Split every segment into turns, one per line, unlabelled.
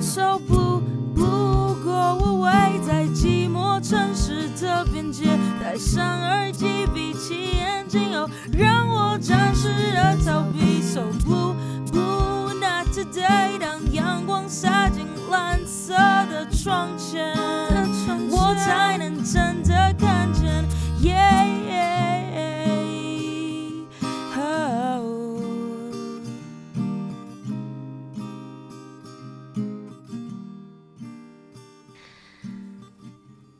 手不不过我围在寂寞城市的边界，戴上耳机，闭起眼睛，哦，让我暂时的逃避。So 不不 not today，当阳光洒进蓝色的窗前，我才能真的看见。Yeah, oh.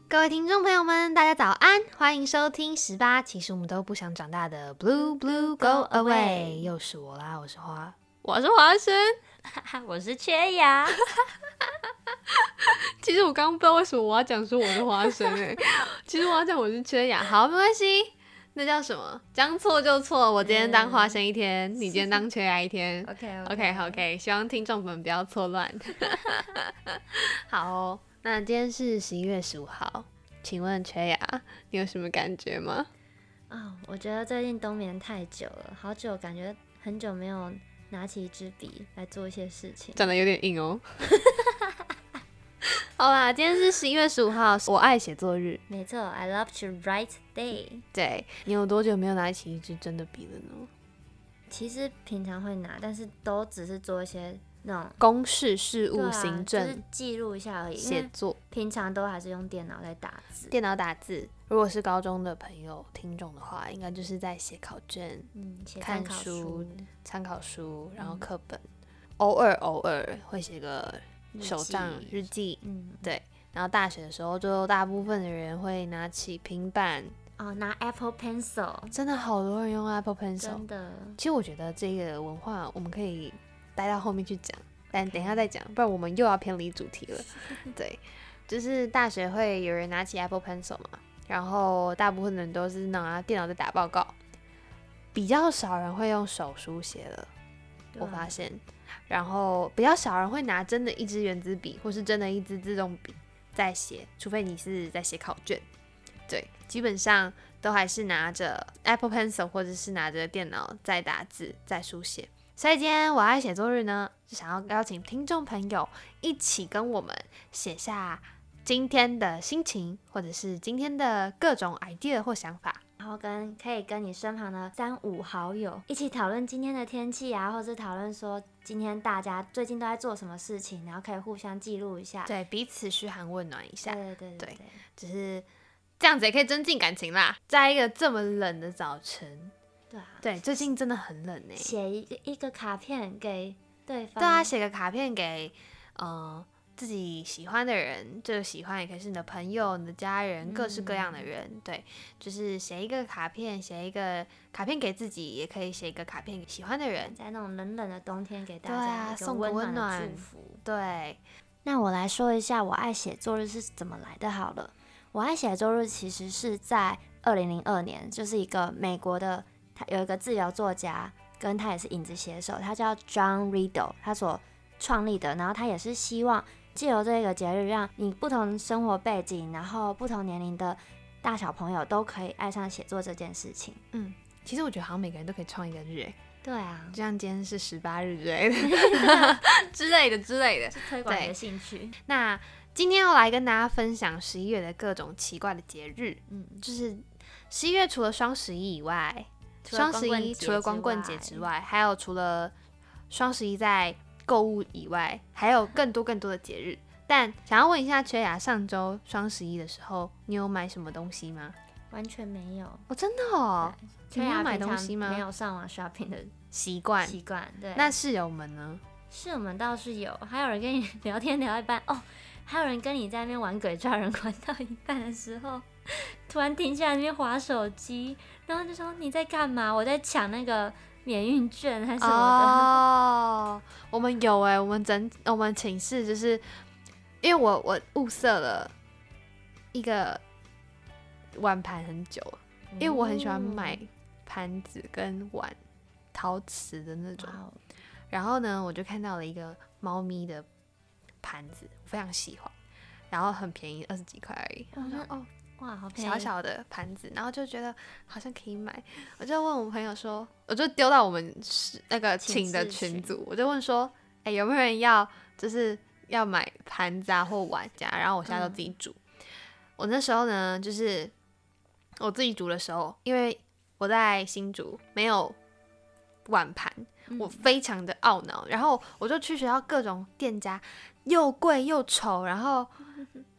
各位听众朋友们，大家早安，欢迎收听十八。其实我们都不想长大的 Blue Blue Go Away，又是我啦，我是花，
我是华生。
我是 缺牙，
其实我刚刚不知道为什么我要讲说我是花 生哎、其实我要讲我是缺牙。好，没关系，那叫什么？将错就错。我今天当花生 一天，你今天当缺牙一天。
OK
OK OK，希望听众们不要错 乱。好哦、那今天是十一月十五号，请问缺牙，你有什么感觉吗？
啊、我觉得最近冬眠太久了，好久感觉很久没有拿起一支笔来做一些事情。
长得有点硬哦。 好啦，今天是十一月十五号，我爱写作日。
没错，I love to write day。
对你有多久没有拿起一支真的笔了呢？
其实平常会拿，但是都只是做一些那种
公事、事务、
对啊
行
就是
政、
记录一下而已。因
写
为
作、
平常都还是用电脑在打字。
电脑打字。如果是高中的朋友听众的话，应该就是在写考卷、
嗯，写
看
参考
书
书，
参考书，然后
嗯
课本，偶尔偶尔会写个
日
手
记
账、日记。
嗯，
对，然后大学的时候，就大部分的人会拿起平板，
哦，拿 Apple Pencil，
真的好多人用 Apple Pencil
真。的，
其实我觉得这个文化我们可以待到后面去讲，但等一下再讲，不然我们又要偏离主题了。对，就是大学会有人拿起 Apple Pencil 嘛，然后大部分人都是拿电脑在打报告，比较少人会用手书写了，
对
我
啊
发现，然后比较少人会拿真的一支圆珠笔或是真的一支自动笔在写，除非你是在写考卷。对，基本上都还是拿着 Apple Pencil 或者是拿着电脑在打字、在书写。所以今天我爱写作日呢，就想要邀请听众朋友一起跟我们写下今天的心情，或者是今天的各种 idea 或想法。
然后跟可以跟你身旁的三五好友一起讨论今天的天气啊，或是讨论说今天大家最近都在做什么事情，然后可以互相记录一下。
对，彼此嘘寒问暖一下。
对对
对
对
只是这样子也可以增进感情啦。在一个这么冷的早晨，
对啊！
对，最近真的很冷哎、
写一个一个卡片给对方。
对啊，写个卡片给呃自己喜欢的人，这个喜欢也可以是你的朋友、你的家人，各式各样的人。对，就是写一个卡片，写一个卡片给自己，也可以写一个卡片给喜欢的人。
在那种冷冷的冬天给大
对
家
啊
一个
送个温
温暖的
暖
祝福。
对，
那我来说一下我爱写作日是怎么来的好了。我爱写作日其实是在二零零二年，就是一个美国的，他有一个自由作家，跟他也是影子写手，他叫 John Riddle，他所创立的。然后他也是希望借由这个节日，让你不同生活背景，然后不同年龄的大小朋友都可以爱上写作这件事情。
其实我觉得好像每个人都可以创一个日、欸，
对啊，
就像今天是十八日之类的 之类的之类的。
推
广你的
兴趣。
那今天要来跟大家分享十一月的各种奇怪的节日，
嗯，
就是十一月除了双十一以外，
除了
双
光
十
棍
一
节
除了
之
光棍节
外
之外，还有除了双十一在购物以外，还有更多更多的节日。但想要问一下缺牙，上周双十一的时候，你有买什么东西吗？
完全没有。
哦，真的哦，你没有买东西
没
吗？
有上网 shopping 的
习惯。
习惯，对。
那室友们呢？
是我们倒是有，还有人跟你 聊天聊一半哦，还有人跟你在那边玩鬼抓人，玩到一半的时候， 突然停下来那边划手机，然后就说你在干嘛？我在抢那个免运券还是什么
哦，我们有哎、我们整我们寝室就是，因为我我物色了一个碗盘很久，
的，
因为我很喜欢
嗯
买盘子跟碗，陶瓷的那种
哇。哦
然后呢，我就看到了一个猫咪的盘子，非常喜欢，然后很便宜，二十几块而已。
哇
我说
那
哦，
哇，好便宜
小小的盘子，然后就觉得好像可以买，我就问我朋友说，我就丢到我们是那个
寝
请的
室
群
群
组，我就问说，哎、有没有人要就是要买盘子啊或碗夹，然后我现在都自己
嗯
煮。我那时候呢，就是我自己煮的时候，因为我在新竹没有碗盘，
嗯
我非常的懊恼。然后我就去学校各种店家，又贵又丑，然后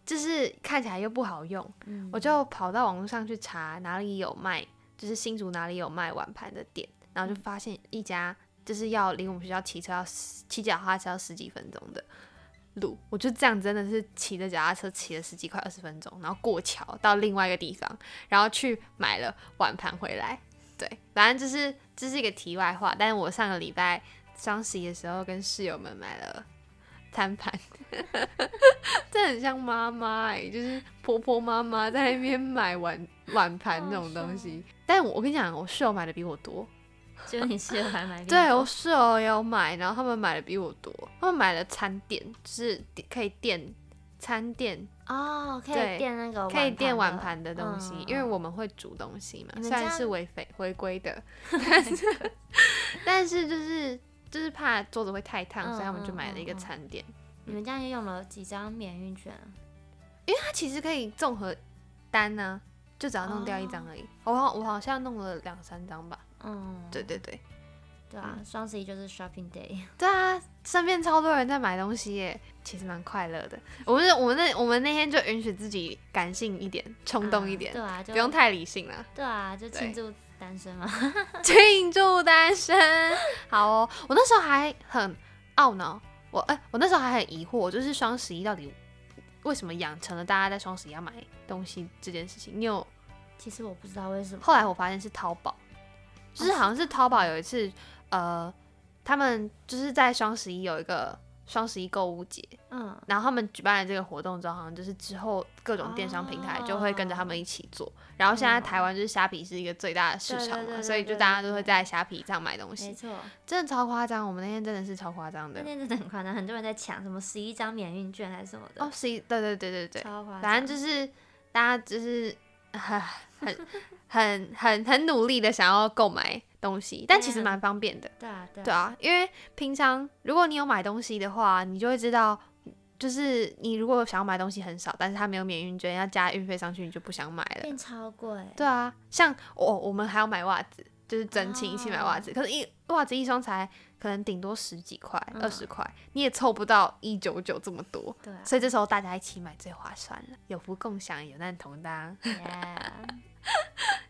就是看起来又不好用，
嗯
我就跑到网络上去查哪里有卖，就是新竹哪里有卖碗盘的店，然后就发现一家就是要离我们学校骑车要十骑脚踏车要十几分钟的路，我就这样真的是骑着脚踏车骑了十几快二十分钟，然后过桥到另外一个地方，然后去买了碗盘回来。对，反正就是这是一个题外话，但是我上个礼拜双十一的时候跟室友们买了餐盘， 这很像妈妈哎，就是婆婆妈妈在那边买碗碗盘这种东西。但我我跟你讲，我室友买的比我多，
就你室友还 买冰
对
嗯
糕
我室友也有买，然后他们买的比我多，他们买了餐点，就是可以垫餐垫，
哦，可
对
以垫那个
可以垫碗
的
盘的东西，
嗯
因为
嗯
我们会煮东西嘛，
你
虽
们
然
家
是违法违规 的，但是但是就是就是怕桌子会太烫，所以他们就
嗯嗯
买了一个
嗯嗯
餐垫，
你们这样用了几张免运券啊？
它其实可以综合单呢、就只要弄掉一
哦
张而已，我好我好像弄了两三张吧，
嗯，
对嗯对对，
对啊，双十一就是 shopping day，
对啊，身边超多人在买东西耶，其实蛮快乐的。我们我们那我们那天就允许自己感性一点，冲动一点，
啊对啊，就
不用太理性了。
对啊，就
对
庆祝单身嘛。
庆祝单身，好哦。我那时候还很懊恼，我哎、我那时候还很疑惑，就是双十一到底为什么养成了大家在双十一要买东西这件事情？你有
其实我不知道为什么，
后来我发现是淘宝，就是好像是淘宝有一次，呃，他们就是在双十一有一个双十一购物节，
嗯，
然后他们举办了这个活动之后，好像就是之后各种电商平台就会跟着他们一起做。然后现在台湾就是虾皮是一个最大的市
哦对对
场
对
嘛，
对
所以就
对
大家都
对
会在虾皮上买东
没
西，
错，
真的超夸张。我们那天真的是超夸张的
那天真的很夸张，很多人在抢什么十一张免运券还是什么的，
哦，十一对对对对对，
超夸张，
反正就是大家就是很很 很很很努力的想要购买东西，但其实
对啊
蛮方便的。
对啊对
对
啊，
啊，因为平常如果你有买东西的话，你就会知道，就是你如果想要买东西很少，但是它没有免运券，要加运费上去，你就不想买了。
变超贵，
对啊，像我、我们还要买袜子，就是整寝一起买袜子，可是一袜子一双才可能顶多十几块、
嗯
二十块，你也凑不到一九九这么多。
对啊，
所以这时候大家一起买最划算了，有福共享，有难同当，
Yeah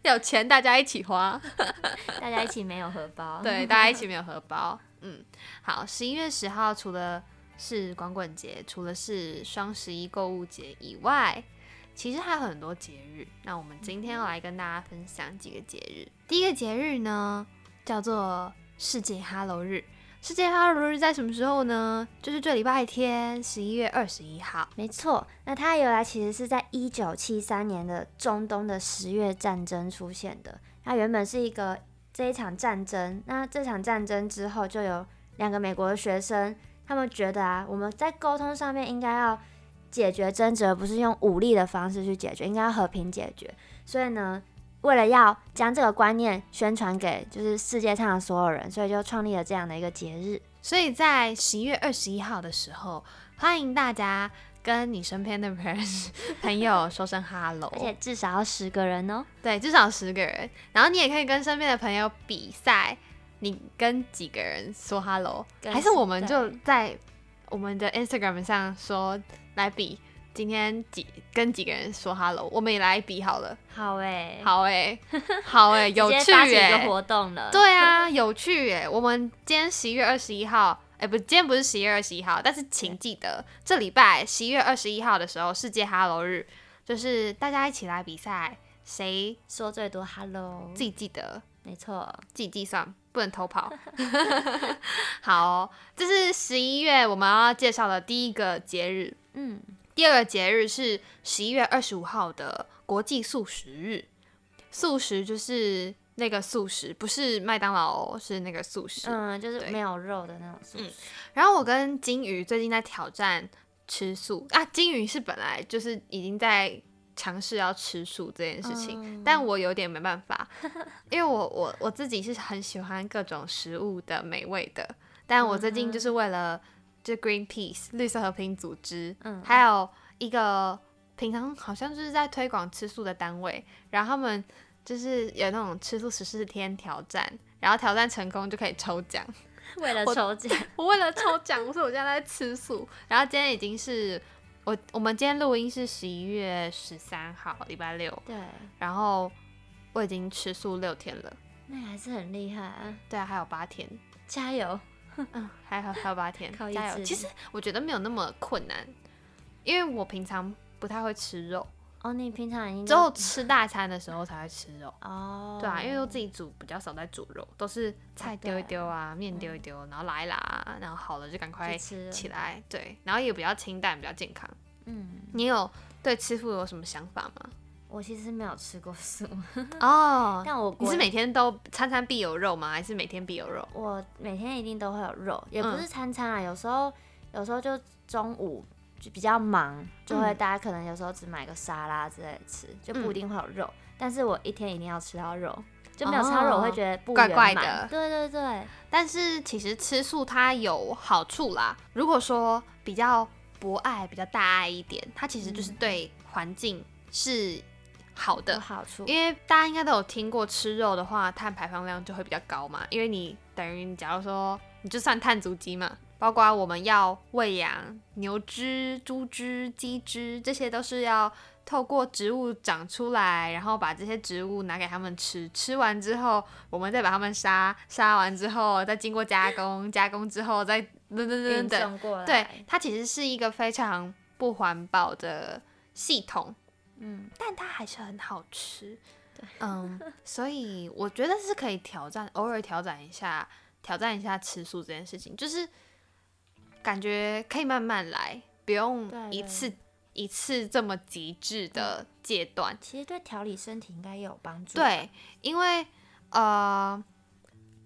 有钱大家一起花。
大家一起没有荷包，
对，大家一起没有荷包。嗯，好，十一月十号除了是光棍节，除了是双十一购物节以外，其实还有很多节日。那我们今天要来跟大家分享几个节日。第一个节日呢，叫做世界哈喽日。世界哈喽日在什么时候呢？就是这礼拜天，十一月二十一号。
没错，那它的由来其实是在一九七三年的中东的十月战争出现的。它原本是一个这一场战争，那这场战争之后就有两个美国的学生，他们觉得啊，我们在沟通上面应该要解决争执，而不是用武力的方式去解决，应该要和平解决。所以呢，为了要将这个观念宣传给就是世界上的所有人，所以就创立了这样的一个节日。
所以在十一月二十一号的时候，欢迎大家跟你身边的人 朋友说声哈喽，
而且至少要十个人哦。
对，至少十个人。然后你也可以跟身边的朋友比赛，你跟几个人说 hello，
跟
还是我们就
对
在我们的 Instagram 上说来比，今天几跟几个人说 hello，我们也来比好了。
好诶、
好哎、好哎、有
直
趣
接发起
哎、
一个活动了。
对啊，有趣哎、我们今天十一月二十一号。哎、不，今天不是十一月二十一号，但是请记得这礼拜十一月二十一号的时候，世界哈喽日，就是大家一起来比赛，谁
说最多 “hello”，
自己记得
没错，
自己计算，不能偷跑。 好哦、这是十一月我们要介绍的第一个节日。
嗯，
第二个节日是十一月二十五号的国际素食日。素食就是那个素食，不是麦当劳哦、是那个素食。
嗯，就是
对
没有肉的那种素
嗯
食，
然后我跟金鱼最近在挑战吃素啊，金鱼是本来就是已经在尝试要吃素这件事情，
嗯
但我有点没办法， 因为我我我
嗯
自己是很喜欢各种食物的美味的，但我最近就是为了。就是 Greenpeace 绿色和平组织，
嗯
还有一个平常好像就是在推广吃素的单位，然后他们就是有那种吃素十四天挑战，然后挑战成功就可以抽奖。
为了
嗯我
抽奖，
我为了抽奖，所以我现在在吃素。然后今天已经是我我们今天录音是十一月十三号，礼拜六，
对，
然后我已经吃素六天了，
那还是很厉害啊！
对啊，还有八天，
加油！
嗯，还有还有八天
靠，意
加
志
油！其
力
实我觉得没有那么困难，因为我平常不太会吃肉，
哦，你平常已经
只有吃大餐的时候才会吃肉。
哦，
对啊，因为都自己煮，比较少在煮肉，都是菜丢一丢啊，面丢一丢，然后拉一拉啊，然后好了就赶快
就吃了
起来。对，然后也比较清淡，比较健康。
嗯，
你有对吃素有什么想法吗？
我其实没有吃 过素，
哦，
但我
你
国
是每天都餐餐必有肉吗？还是每天必有肉？
我每天一定都会有肉，也不
嗯
是餐餐啊，有时候有时候就中午就比较忙，就会
嗯
大家可能有时候只买个沙拉之类的吃，就
嗯
不一定会有肉，但是我一天一定要吃到肉。就没有吃到肉，我会
哦
觉得不
怪
圆
怪
满
的
对对对，
但是其实吃素它有好处啦。如果说比较博爱、比较大爱一点，它其实就是对环境是好的
有。好处。
因为大家应该都有听过，吃肉的话，碳排放量就会比较高嘛。因为你等于，你假如说你就算碳足迹嘛，包括我们要喂养牛只、猪只、鸡只，这些都是要透过植物长出来，然后把这些植物拿给他们吃，吃完之后，我们再把它们杀，杀完之后再经过加工，加工之后再等等等
运
等，
送过来，
对，它其实是一个非常不环保的系统。
嗯，
但它还是很好吃。嗯， 所以我觉得是可以挑战，偶尔挑战一下，挑战一下吃素这件事情，就是感觉可以慢慢来，不
对
用
对嗯
一次一次这么极致的戒断。
其实对调理身体应该也有帮助。，
对，因为呃，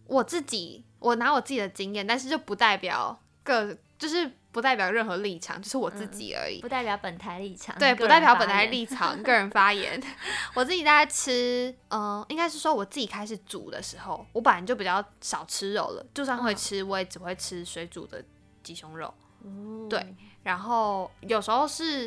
我自己我拿我自己的经验，但是就不代表个，就是不代表任何立场，就是我自己而已。
嗯不代表本台立场，
对，
个
不代
人
表
发
本来
言
立场，个人发言。 我自己大概吃，嗯、应该是说我自己开始煮的时候，我本来就比较少吃肉了，就算
嗯
会吃，我也只会吃水煮的鸡胸肉。
哦
对，然后有时候是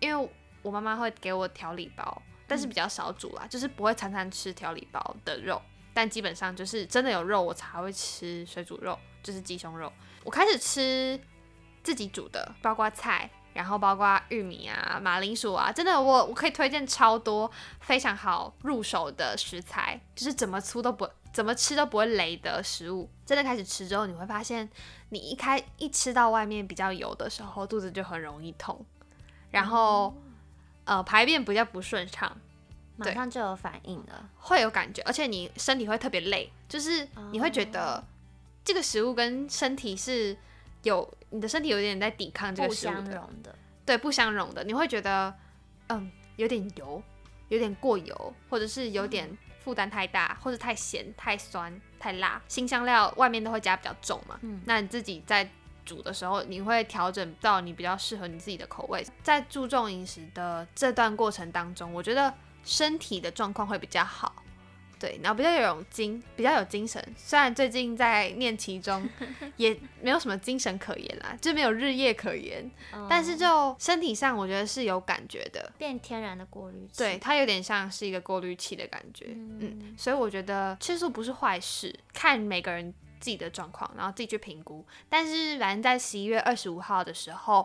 因为我妈妈会给我调理包，但
嗯
是比较少煮啦，就是不会常常吃调理包的肉，但基本上就是真的有肉我才会吃水煮肉，就是鸡胸肉。我开始吃自己煮的，包括菜。然后包括玉米啊、马铃薯啊，真的我我可以推荐超多非常好入手的食材，就是怎么粗都不怎么吃都不会雷的食物。真的开始吃之后，你会发现你一开一吃到外面比较油的时候，肚子就很容易痛，然后、呃排便比较不顺畅，
马
对
上就有反应了。
会有感觉，而且你身体会特别累，就是你会觉得这个食物跟身体是有你的身体有点在抵抗这
不
个食物
相
的，
容的，
对不相容的，你会觉得嗯有点油，有点过油，或者是有点负担太大，或者太咸、太酸、太辣。新香料外面都会加比较重嘛，
嗯
那你自己在煮的时候，你会调整到你比较适合你自己的口味。在注重饮食的这段过程当中，我觉得身体的状况会比较好。对，然后比较有精，比较有精神。虽然最近在念其中，也没有什么精神可言啦，就没有日夜可言。但是
嗯
就身体上，我觉得是有感觉的。
变天然的过滤器，
对，，它有点像是一个过滤器的感觉，嗯
嗯
所以我觉得吃素不是坏事，看每个人自己的状况，然后自己去评估。但是反正在十一月二十五号的时候，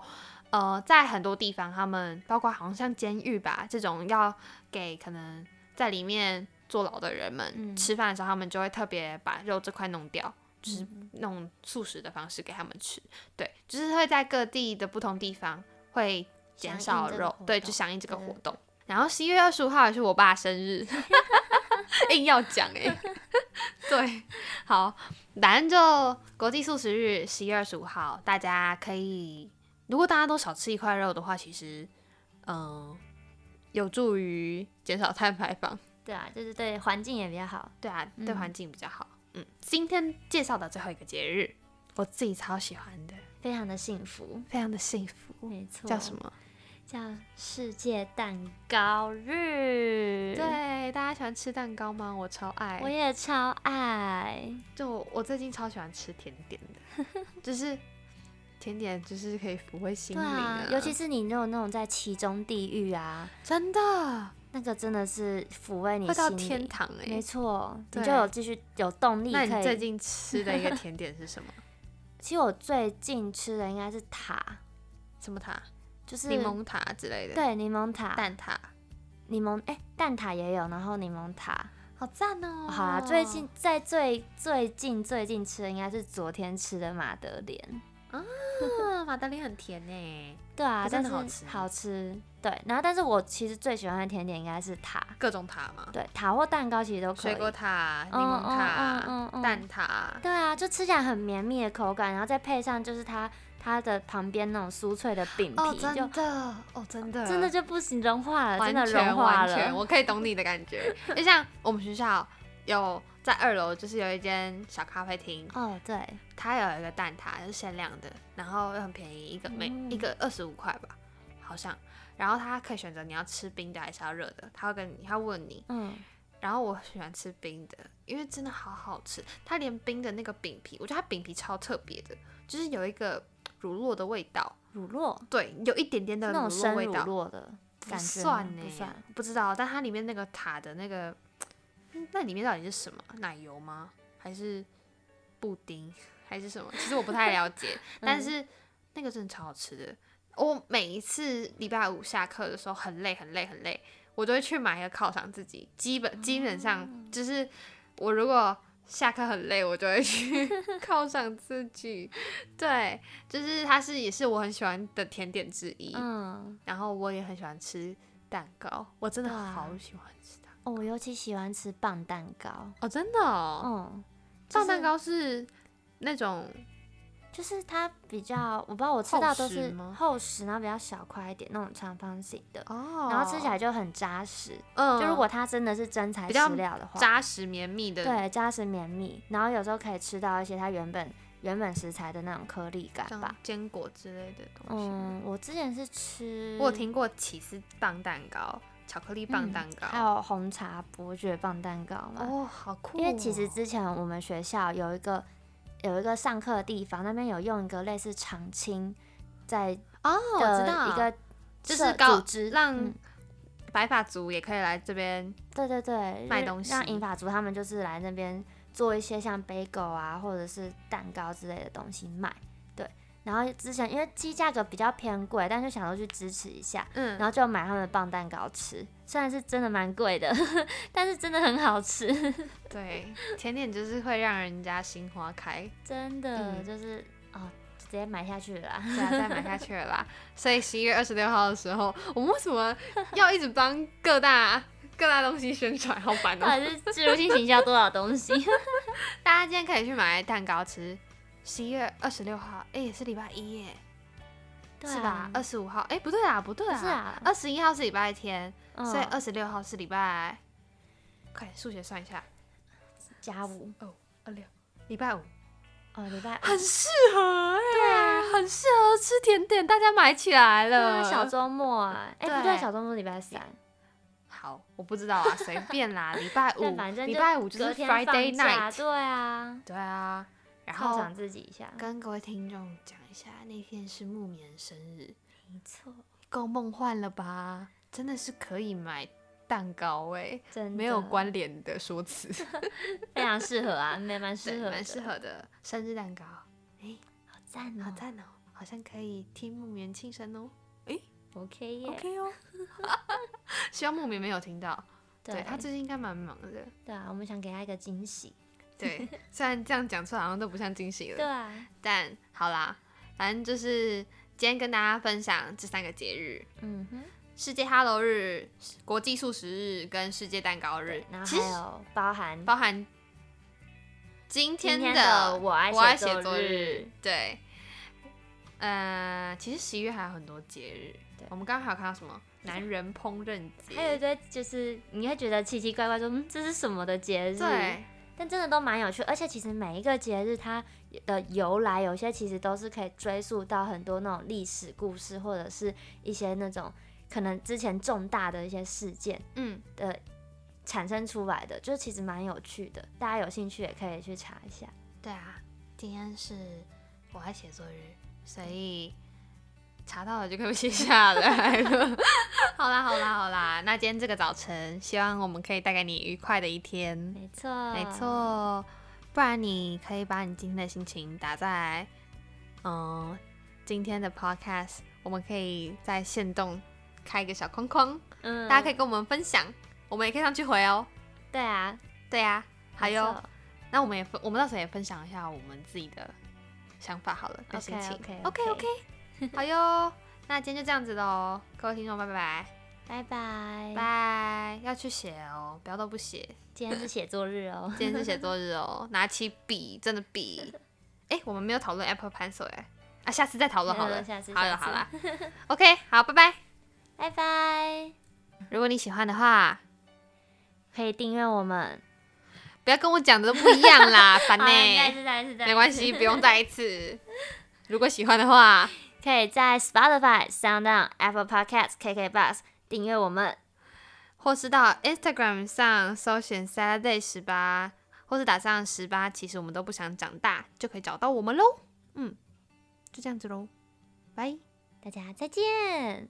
呃，在很多地方，他们包括好像像监狱吧这种要给可能在里面坐牢的人们、
嗯
吃饭的时候，他们就会特别把肉这块弄掉。就是弄素食的方式给他们吃，对，就是会在各地的不同地方会减
响应
少
这个
肉
活，
对，就
动
响应这个
对
活
对
动。然后十一月二十五号也是我爸生日， 硬要讲哎、 对，好，反正就国际素食日十一月二十五号，大家可以，如果大家都少吃一块肉的话，其实，嗯、有助于减少碳排放，
对啊，就是对环境也比较好。
对啊，对
嗯
环境比较好。嗯，今天介绍的最后一个节日，我自己超喜欢的，
非常的幸福，
非常的幸福，
没错。
叫什？么？
叫世界蛋糕日。，
对，大家喜欢吃蛋糕吗？我超爱，
我也超爱。
就我最近超喜欢吃甜点的，就是甜点就是可以抚慰心
对
灵
啊，尤其是你那种那种在其中地狱啊，
真的
那个真的是抚慰你
会到
心里
天堂哎、
没错，你
对
就有继续有动力
那你
可
最
以。
近吃 的一个甜点是什么？
其实我最近吃的应该是塔，
什么塔？
就是
柠檬塔之类的？，
对柠啊檬塔，
蛋挞，
柠檬哎、蛋挞也有，然后柠檬塔。
好赞哦
哦好啦，最近在最最近最近吃的应该是昨天吃的马德莲。嗯
啊，马德琳很甜呢，
对啊，
可哦真的
但
好
是
吃
好吃。对，然后但是我其实最喜欢的甜点应该是塔，
各种塔嘛，
对，塔或蛋糕其实都可以
水。果塔、柠
嗯
檬
嗯嗯
塔、
嗯
蛋挞，
对啊，就吃起来很绵密的口感，然后再配上就是它它的旁边那种酥脆的饼皮，就
哦的，哦，真的
真的就不行，融化了，啊
完
真的
全
融化
完全，
了。
我可以懂你的感 觉。就像我们学校有在二楼，就是有一间小咖啡厅，
哦，对，
它有一个蛋挞是限量的，然后又很便宜，一个每、
嗯
一个二十五块吧，好像。然后它可以选择你要吃冰的还是要热的，他会跟你，他会问你。
嗯，
然后我喜欢吃冰的，因为真的好好吃。它连冰的那个饼皮，我觉得它饼皮超特别的，就是有一个乳酪的味道，
乳酪
对，有一点点的
那
乳
种
酪
生
味
乳
道，
酪的
不
感觉吗
算呢、欸
不算。
不知道。但它里面那个塔的那个，嗯那里面到底是什么？奶油吗？还是布丁？还是什么？其实我不太了 解，但是那个真的超好吃的。我每一次礼拜五下课的时候很累很累很累，我都会去买一个犒赏自己。基本基本上就是我如果下课很累，我就会去犒赏自己。 对，就是它是也是我很喜欢的甜点之一。
嗯，
然后我也很喜欢吃蛋糕，我真的
对啊
好喜欢吃蛋
哦，我尤其喜欢吃棒蛋糕。
糕哦，真的哦，
嗯，
棒蛋糕是那种
就是它比较，我不知道我吃到都
嗯厚实
是
吗
厚实，然后比较小块一点那种长方形的，
哦
然后吃起来就很扎实。
嗯
就如果它真的是真材
比较
实料的话，
扎实绵密的，，
对，扎实绵密，然后有时候可以吃到一些它原本原本食材的那种颗粒感吧
像。坚果之类的东西。
嗯，我之前是吃，
我有听过起司棒蛋糕、巧克力棒蛋
还
糕，
有红茶伯爵棒蛋糕嘛，
哦，好酷哦！
因为其实之前我们学校有一个有一个上课的地方，那边有用一个类似长青在
哦，我
的
知道
一个
就是
社
高
组织
让
嗯
白发族也可以来这边，
对对对，
卖
日
东
让
西
银发族他们就是来那边做一些像 bagel 啊，或者是蛋糕之类的东西卖。对，然后之前因为鸡价格比较偏贵，但就想说去支持一下，
嗯
然，后就买他们的棒蛋糕吃，虽然是真的蛮贵的， 但是真的很好吃，
对，甜点就是会让人家心花开。
真的、
嗯
就是啊、哦直接买下去了啦。
对啊，再买下去了啦。所以十一月二十六号的时候，我们为什么要一直帮各大各大东西宣传？好烦
到
哦！
底是植入性行销多少 东西？
大家今天可以去买蛋糕吃。十一月二十六号，哎、也是礼拜一耶，
对
是吧
啊？
二十五号，哎、不对啊，不对
不是啊
二十一号是礼拜天，
嗯
所以呃二十六号是礼拜，快数学算一下，
加五
二六，礼拜五，
哦，礼拜
很适合哎、很适合吃甜点，大家买起来
对
了。
啊，小周末啊，哎、不对，
对
小周末礼拜三。
好，我不知道啊，随便啦，礼 拜
但
五
反，正
礼
就
拜五就是
隔天放假
Friday night，
对啊，
对啊，然
犒
后
赏自己一下，
跟各位听众讲一下，那天是木棉生日，
没错，
够梦幻了吧？真的是可以买蛋糕哎、
真的
没有，关联的说 辞，
非常适合 啊，没蛮适
对，
合的，
蛮适合的生日蛋糕，
好赞
好
哦
赞哦，好像可以听木棉庆生哦
，OK 耶，
，OK 哦，希望木棉没有听到，对
对，
他最近应该蛮忙的，
对啊，我们想给他一个惊喜，
对，虽然这样讲出来好像都不像惊喜了，
对啊，
但好啦，反正就是今天跟大家分享这三个节日：
嗯哼，
世界哈喽日、国际素食日跟世界蛋糕日
对，。然
其
后
实
还有包含
包含今
今
天
天
的
我爱
我爱
写
写
作
作
日
日，，对。呃，其实十一月还有很多节日
对，
我们刚刚还有看到什么男人烹饪节，
还有一堆就是你会觉得奇奇怪怪说，嗯，这是什么的节日？
对，
但真的都蛮有趣，而且其实每一个节日它的由来，有些其实都是可以追溯到很多那种历史故事，或者是一些那种可能之前重大的一些事件
嗯，
的产生出来的，就其实蛮有趣的。大家有兴趣也可以去查一下。
对啊，今天是我爱写作日，所以查到了就可以写下来 了。 好啦，好啦，好啦，那今天这个早晨，希望我们可以带给你愉快的一天。
没错，
没，错，不然你可以把你今天的心情打在，嗯、今天的 podcast，我们可以在线动开一个小框框，
嗯
大家可以跟我们分享，我们也可以上去回哦。
对啊，
对呀、还
没
有
错，
那我们也分，我们到时候也分享一下我们自己的想法好了的心情。
OK，OK，OK
OK，好哟，那今天就这样子喽，各位听众，拜拜，
拜拜，
拜，哎要去写哦，不要都不写。
今天是写作日哦，
今天是写作日哦，拿起笔，真的笔。哎、我们没有讨论 Apple Pencil 哎、啊，下次再讨论好了，
嗯下次
好了
下次
好了 ，OK，好，拜拜。
拜拜，
如果你喜欢的话，
可以订阅我们，
不要跟我讲的都不一样啦， 烦呢、
好再一次，再一次，再一次
没关系，不用再一次。如果喜欢的话，
可以在 Spotify、Sound On、Apple Podcasts、KKBox 订阅我们。
或是到 Instagram 上搜寻 Saturday 十八，或是打上十八，其实我们都不想长大，就可以找到我们喽。嗯，就这样子喽，拜。
大家再见。